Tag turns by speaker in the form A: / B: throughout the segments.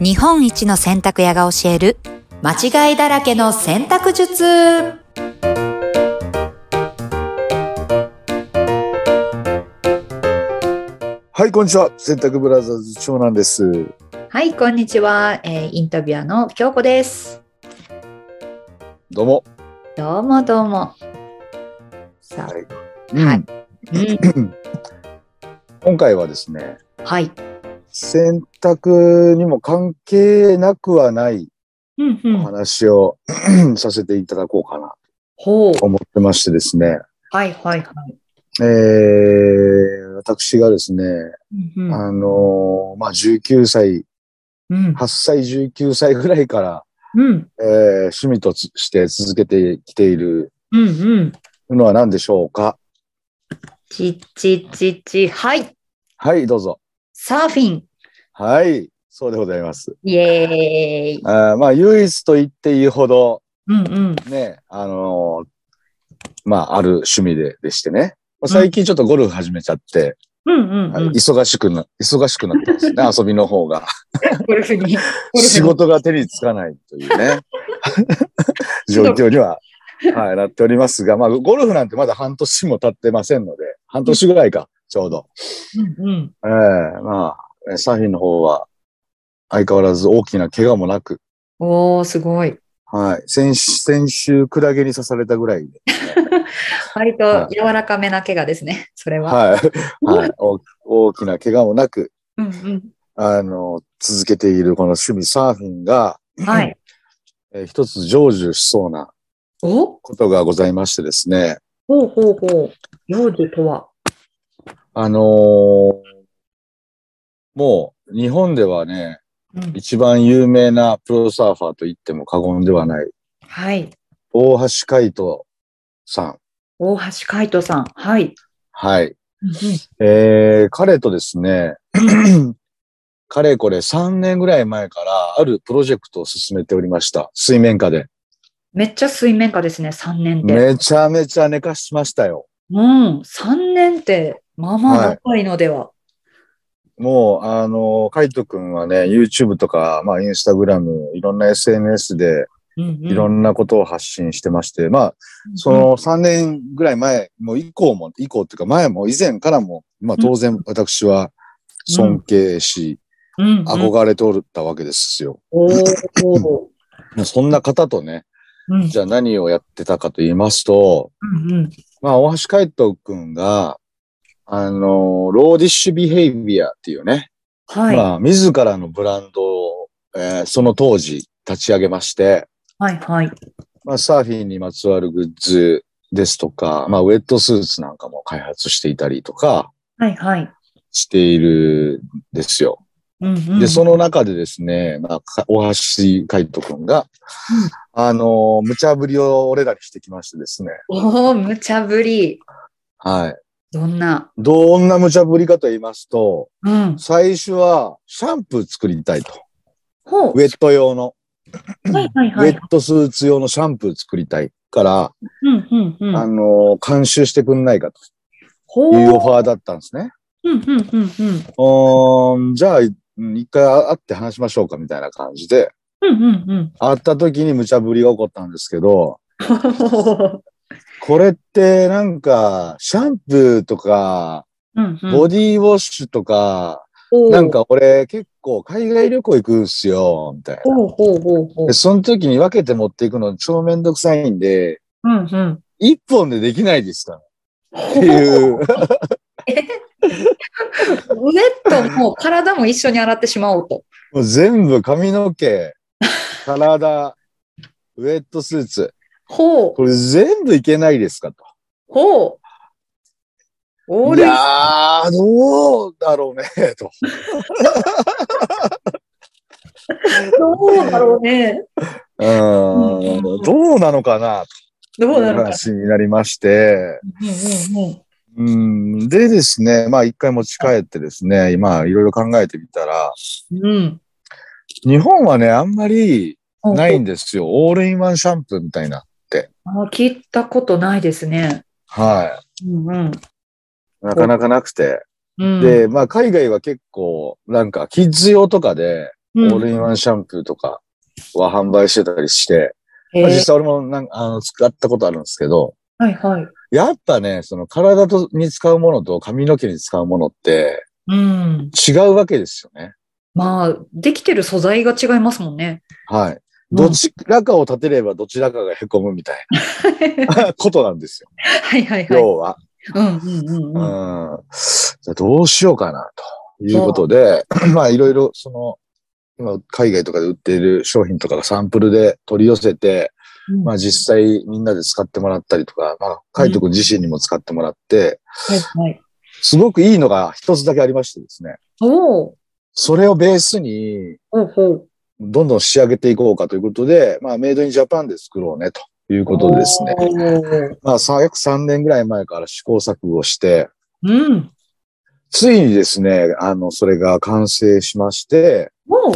A: 日本一の洗濯屋が教える間違いだらけの洗濯術
B: はい、こんにちは。洗濯ブラザーズ長男です。
A: はいこんにちは、えーインタビュアーの京子です
B: どうも。
A: どうもどうもさあ、
B: うん
A: はいうん
B: 今回はですね、
A: はい
B: 洗濯にも関係なくはない
A: うんう
B: お
A: ん
B: 話を、 させていただこうかな
A: ほう
B: と思ってましてですね、
A: はいはいはい
B: えー、私がですね、
A: うんうん
B: あのーまあ、19歳、
A: うん
B: 8歳、19歳ぐらいから、
A: うん
B: えー趣味とつして続けてきている
A: うんうん
B: のは何でしょうか
A: ちちちちはい
B: はい、どうぞ。
A: サーフィン
B: はい、そうでございます。
A: イエーイ
B: あーまあ、唯一と言っていいほど、
A: うんうん
B: ね、あのーまあ、ある趣味ででしてね。まあ最近ちょっとゴルフ始めちゃって、
A: うんうん
B: あ
A: う
B: の
A: ん
B: 忙しくな、忙しくなって ますね、遊びの方が。
A: ゴルフにゴルフに
B: 仕事が手につかないという ね、状況には、はい、なっておりますが、まあ、ゴルフなんてまだ半年も経ってませんので、半年ぐらいか、ちょうど。
A: うんうん
B: ええまあ、サーフィンの方は、相変わらず大きな怪我もなく、
A: おーすごい
B: はい、先先週、クラゲに刺されたぐらいで、
A: 割と柔らかめな怪我ですね、それは。
B: はい、はい、大大きな怪我もなく、
A: うん
B: あの、続けているこの趣味サーフィンが、
A: うん、はい。
B: えー一つ成就しそうな
A: お
B: ことがございましてですね、
A: ほうほうほう。幼女とは。
B: あのーもう日本ではね、
A: うん、
B: 一番有名なプロサーファーと言っても過言ではない、
A: はい。
B: 大橋海人さん。
A: 大橋海人さん。はい。
B: はい。
A: うんうん
B: えー、彼とですね、 かれこれ3年ぐらい前からあるプロジェクトを進めておりました。水面下で。
A: めっちゃ水面下ですね、3年って。
B: めちゃめちゃ寝かしましたよ。
A: うん、3年って、まあまあ長いのでは。
B: もう、あの、海人くんはね、YouTube とか、まあ、インスタグラム、いろんな SNS で、
A: うん
B: いろ
A: なん
B: なことを発信してまして、まあ、そ、の3年ぐらい前も以降も、以降っていうか前も以前からも、まあ当然私は尊敬し、
A: うんうん、
B: 憧れておったわけですよ。
A: おー
B: そんな方とね、
A: うん
B: じゃあ何をやってたかと言いますと、
A: うんうん
B: まあ大橋海人くんが、あの、ローディッシュビヘイビアっていうね、
A: はい
B: まあ自らのブランドを、えーその当時立ち上げまして、
A: はいはい。
B: まあ、サーフィンにまつわるグッズですとか、まあ、ウェットスーツなんかも開発していたりとか
A: はいはい。
B: しているんですよ。
A: うんうん、
B: で、その中でですね、まあ、か大橋海人くんが、あの、無茶ぶりを俺らにしてきましてですね。
A: おお、無茶ぶり。
B: はい。
A: どんな。
B: どんな無茶ぶりかと言いますと、
A: うん。
B: 最初はシャンプー作りたいと。
A: ほう
B: ウ。ェット用の、
A: はいはい
B: ウ
A: は
B: ェ
A: い。
B: ットスーツ用のシャンプー作りたいから、
A: うんうんうん。
B: あの、監修してくんないかと
A: ほ
B: いう
A: う。
B: オファーだったんですね。
A: うんうんうんうん。
B: うーん、じゃあ、うん一回会って話しましょうかみたいな感じで、
A: うんうん うん。
B: 会った時に無茶ぶりが起こったんですけど、これってなんか、シャンプーとか、
A: うんうん
B: ボディウォッシュとか、
A: おー
B: なんか俺結構海外旅行行くんすよ、みたいな。
A: ほうほうほうほう
B: で。その時に分けて持っていくの超めんどくさいんで、
A: うんうん。
B: 一本でできないですか
A: っ
B: らって いう。
A: ウェットも体も一緒に洗ってしまおうと。
B: もう全部髪 の毛、体、ウェットスーツ。
A: ほう。
B: これ全部いけないですかと。
A: ほう。オー
B: い
A: ルイン
B: やー、どうだろうね、と。
A: どうだろうね。
B: うーんどうなのかな、
A: どう
B: という
A: なのか。
B: 話になりまして。
A: うんうんうん
B: うんでですね、まあ一回持ち帰ってですね、今いろいろ考えてみたら、
A: うん。
B: 日本はね、あんまり
A: ほう
B: ないんですよ。オールインワンシャンプーみたいな。
A: あ聞いたことないですね。
B: は
A: うんうん
B: い。なかなかなくて。
A: うん。
B: で、まあ海外は結構、なんかキッズ用とかで、オ
A: うん
B: ールインワンシャンプーとかは販売してたりして、まあ
A: へえ
B: 実際俺もなんかあの使ったことあるんですけど、
A: はいはい。
B: やっぱね、その体とに使うものと髪の毛に使うものって
A: うん。
B: 違うわけですよね。
A: まあ、できてる素材が違いますもん ね。
B: はい。
A: うん
B: どちらかを立てればどちらかが凹むみたいなことなんですよ。
A: はい はいはい。
B: 要は。
A: うんうんうんうん。
B: うん。じゃあどうしようかな、ということで、まあいろいろその、今海外とかで売っている商品とかがサンプルで取り寄せて、
A: うん
B: まあ実際みんなで使ってもらったりとか、まあ海斗くん自身にも使ってもらって、
A: はいはい。
B: すごくいいのが一つだけありましてですね、
A: おお。
B: それをベースに
A: ほうほう。
B: どんどん仕上げていこうかということで、まあメイドインジャパンで作ろうね、ということでですね、
A: ね。
B: まあさ約3年ぐらい前から試行錯誤して、
A: うん。
B: ついにですね、あの、それが完成しまして、
A: おう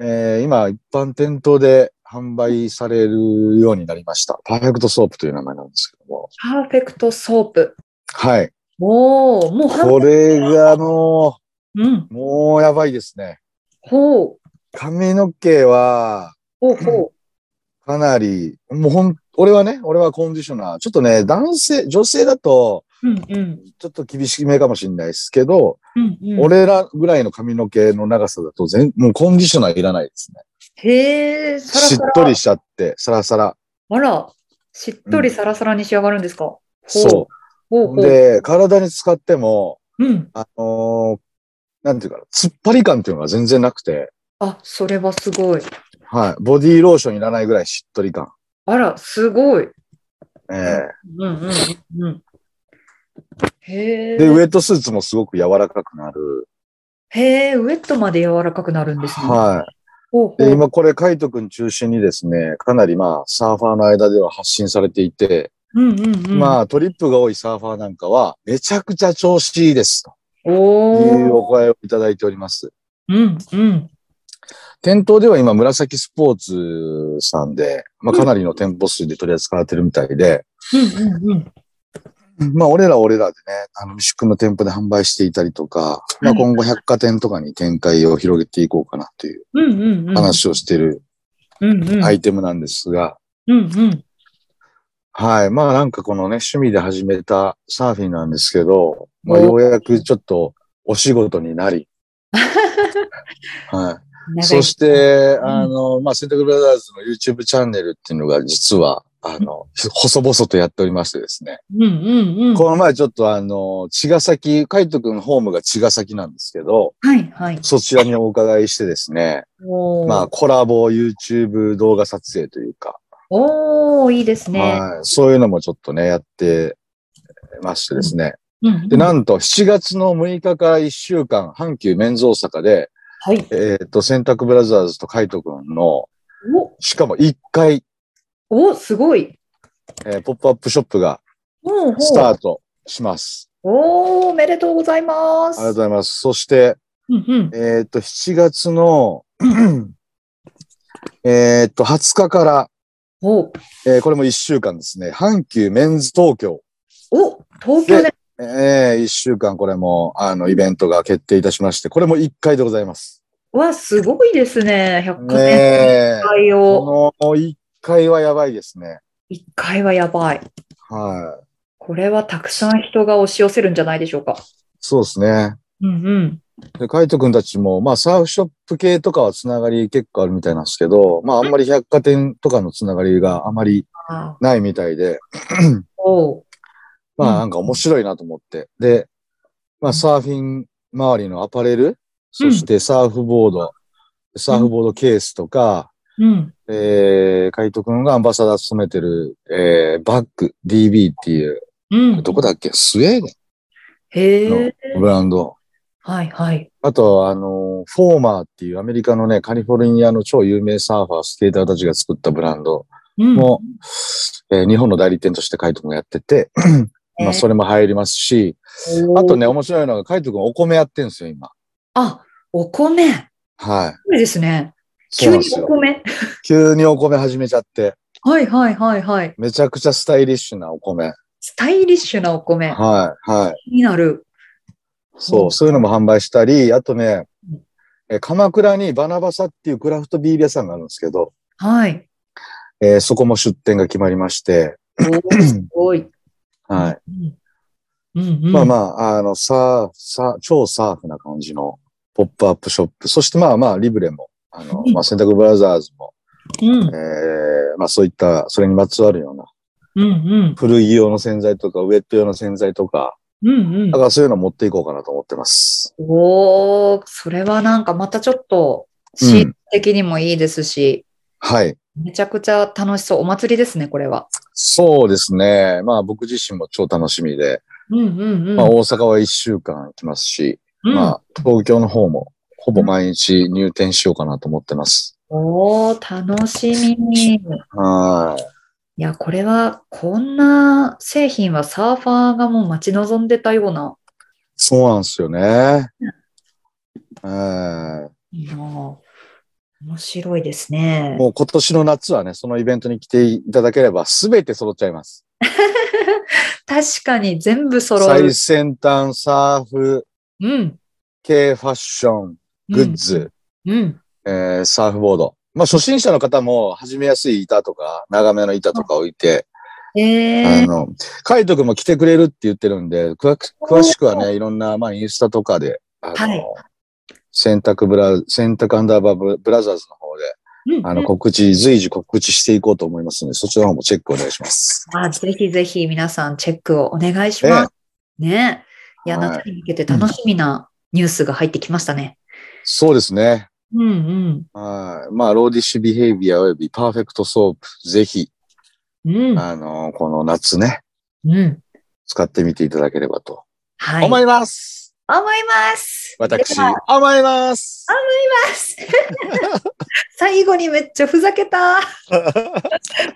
B: えー今、一般店頭で販売されるようになりました。パーフェクトソープという名前なんですけども。
A: パーフェクトソープ。
B: はい。
A: おお、もう半
B: これが、あの
A: うん。
B: ーもうやばいですね。
A: ほう。
B: 髪の毛は、
A: ほうほ
B: かなり、もうほん、俺はね、俺はコンディショナー。ちょっとね、男性、女性だと、
A: う。うんうん。
B: ちょっと厳しめかもしれないですけど、
A: うんうん、
B: 俺らぐらいの髪の毛の長さだと全、もうコンディショナーいらないですね。
A: へえ、サラ
B: しっ
A: サラ。
B: とりしちゃって、サラサラ。
A: あら、しっとりサラサラに仕上がるんですか。
B: そ
A: ほうほ
B: う。
A: う。
B: で、体に使っても、
A: うん。
B: あのーなんていうかな、突っ張り感っていうのが全然なくて、
A: あ、それはすごい。
B: はい。ボディーローションいらないぐらいしっとり感。
A: あら、すごい。
B: え
A: うんうんうんうん。へ
B: え
A: え。
B: で、ウェットスーツもすごく柔らかくなる。
A: へえ、ウェットまで柔らかくなるんですね。
B: は
A: ほうほう
B: い。で、今これ、カイトくん中心にですね、かなりまあ、サーファーの間では発信されていて、
A: うんうんうん。
B: まあ、トリップが多いサーファーなんかは、めちゃくちゃ調子いいです。と
A: お
B: いう
A: お。
B: お声をいただいております。
A: うんうん。
B: 店頭では今、紫スポーツさんで、まあ、かなりの店舗数で取り扱われてるみたいで、
A: うんうんうん。
B: まあ、俺らは俺らでね、あの、宿の店舗で販売していたりとか、まあ、
A: はい
B: 今後百貨店とかに展開を広げていこうかなという
A: うんうんうん。
B: 話をしている
A: うんうん。
B: アイテムなんですが、
A: うんうん。
B: はい。まあ、なんかこのね、趣味で始めたサーフィンなんですけど、まあ、
A: お
B: ようやくちょっとお仕事 になり、はい。そし、て、
A: うん
B: あの、まあ、洗濯ブラザーズの YouTube チャンネルっていうのが実は、あの、細々とやっておりましてですね。
A: うんうんうん。
B: この前ちょっとあの、茅ヶ崎、海斗くんのホームが茅ヶ崎なんですけど、
A: はいはい。
B: そちらにお伺いしてですね、
A: おー
B: まあコラボ YouTube 動画撮影というか、
A: おーいいですね。
B: はい、そういうのもちょっとね、やってましてですね。
A: うん
B: で、なんと7月の6日から1週間、阪急メンズ大阪で、
A: はい。
B: えっ、と、洗濯ブラザーズと海斗くんの、しかも1回、
A: お、お、すごい。
B: えーポップアップショップが
A: ほうほう
B: スタートします。
A: おーおめでとうございま
B: あ
A: す。
B: りがとうございます。そして、
A: うんうん。
B: えっ、と、7月の、 えっと、20日から、
A: おう
B: えーこれも1週間ですね、阪急メンズ東京、
A: お、東京で。
B: え1週間これも、あの、イベントが決定いたしまして、これも1回でございます。
A: わ、すごいですね。百貨店
B: ねえ
A: 1。階を。
B: この1回はやばいですね。
A: 1階はやばい。
B: はい。
A: これはたくさん人が押し寄せるんじゃないでしょうか。
B: そうですね。
A: うんうん。
B: で、カイト君たちも、まあ、サーフショップ系とかはつながり結構あるみたいなんですけど、まあ、あんまり百貨店とかのつながりがあまり
A: あ
B: ないみたいで、
A: おう
B: ま
A: う
B: あ
A: ん
B: なんか面白いなと思って。で、
A: う
B: まあ
A: ん
B: サーフィン周りのアパレル、そしてサーフボード、サーフボードケースとか、
A: うん。
B: えー、カイト君がアンバサダー務めてる、えー、バッグ DB っていう、
A: うん。
B: どこだっけスウェーデ
A: へえ。
B: ンのブランド。
A: はいはい。
B: あと、あの、フォーマーっていうアメリカのね、カリフォルニアの超有名サーファー、スケーターたちが作ったブランド
A: うん。
B: も、えー日本の代理店としてカイト君がやってて、まあそれも入りますし、あとね、面白いのが、カイト君お米やってんですよ、今。
A: あ、お米。
B: はい。
A: これですね。
B: そ
A: 急
B: うなん
A: に
B: です
A: お
B: よ。
A: 米。
B: 急にお米始めちゃって、
A: はいはいはいはい。
B: めちゃくちゃスタイリッシュなお米。
A: スタイリッシュなお米。
B: はい、はい。
A: 気になる。
B: そうう、
A: ん
B: そういうのも販売したり、あとね
A: うん、
B: えー鎌倉にバナバサっていうクラフトビール屋さんがあるんですけど、
A: はい。
B: えーそこも出店が決まりまして、
A: おーすごい。
B: はい。
A: い。うんうん。
B: まあまあ、あの、サー、サー、超サーフな感じのポップアップショップ。そしてまあまあ、リブレも、あの、まあ、洗濯ブラザーズも、
A: うん
B: えーまあそういった、それにまつわるような、
A: うん
B: 古着用の洗剤とか、ウェット用の洗剤とか、
A: うん。うんうん
B: だ。からそういうの持っていこうかなと思ってます。
A: おー、それはなんかまたちょっと、シーズン的にもいいですし、
B: はい。
A: めちゃくちゃ楽しそう。お祭りですね、これは。
B: そうですね。まあ僕自身も超楽しみで、
A: うんうんうん。
B: まあ大阪は一週間行きますし、
A: うん
B: まあ東京の方もほぼ毎日入店しようかなと思ってます。
A: おー、楽しみ。い
B: はい。
A: や、これは、こんな製品はサーファーがもう待ち望んでたような。
B: そうなんですよね。うん
A: いやー面白いですね。
B: もう今年の夏はね、そのイベントに来ていただければ全て揃っちゃいます。
A: 確かに全部揃う。
B: 最先端、サーフ、
A: うん。
B: 系ファッション、グッズ、
A: うん。うん。
B: えーサーフボード。まあ初心者の方も始めやすい板とか、長めの板とか置いて、
A: え
B: あ
A: ー、
B: の、カイト君も来てくれるって言ってるんで、詳詳しくはね、いろんな、まあインスタとかで、あの、
A: はい
B: 洗濯ブラ、洗濯アンダーバーブブラザーズの方で、
A: うん
B: あの、告知、随時告知していこうと思いますので、そちらの方もチェックお願いします。
A: あ、ぜひぜひ皆さんチェックをお願いします。ねいや、
B: はい
A: 夏に向けて楽しみなニュースが入ってきましたね。
B: そうですね。
A: うんうん。
B: はい。まあ、ローディッシュビヘイビアおよびパーフェクトソープ、ぜひ、
A: うん。
B: あの、この夏ね、
A: うん。
B: 使ってみていただければと
A: はい。
B: 思います。
A: 思います。
B: 私
A: では、
B: 思います。
A: 最後にめっちゃふざけた。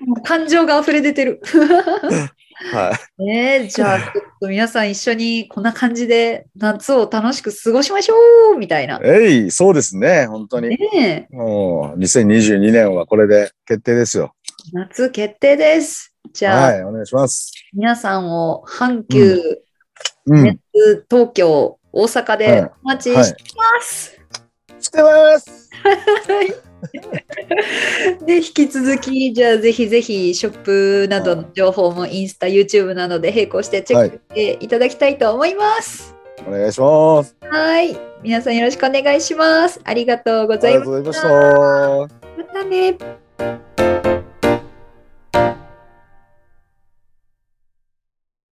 A: もう感情が溢れ出てる。
B: はい。
A: ねえ、じゃあ、ちょっと皆さん一緒にこんな感じで夏を楽しく過ごしましょうみたいな。
B: えい、そうですね。本当に。
A: ねえ、
B: もう、2022年はこれで決定ですよ。
A: 夏決定です。じゃあ、
B: はい。お願いします。
A: 皆さんを阪急、
B: うん。
A: 東京、大阪
B: は
A: で
B: い
A: お待ちしてます。
B: してます。
A: で、引き続き、じゃあぜひぜひショップなどの情報もインスタ、YouTube などで並行してチェックしていただきたいと思います。
B: お願いします。
A: はい。皆さんよろしくお願いします。ありがとうご
B: あ
A: ざ
B: り
A: い
B: が
A: ま
B: と
A: し
B: うございました。
A: た。またね。
B: 「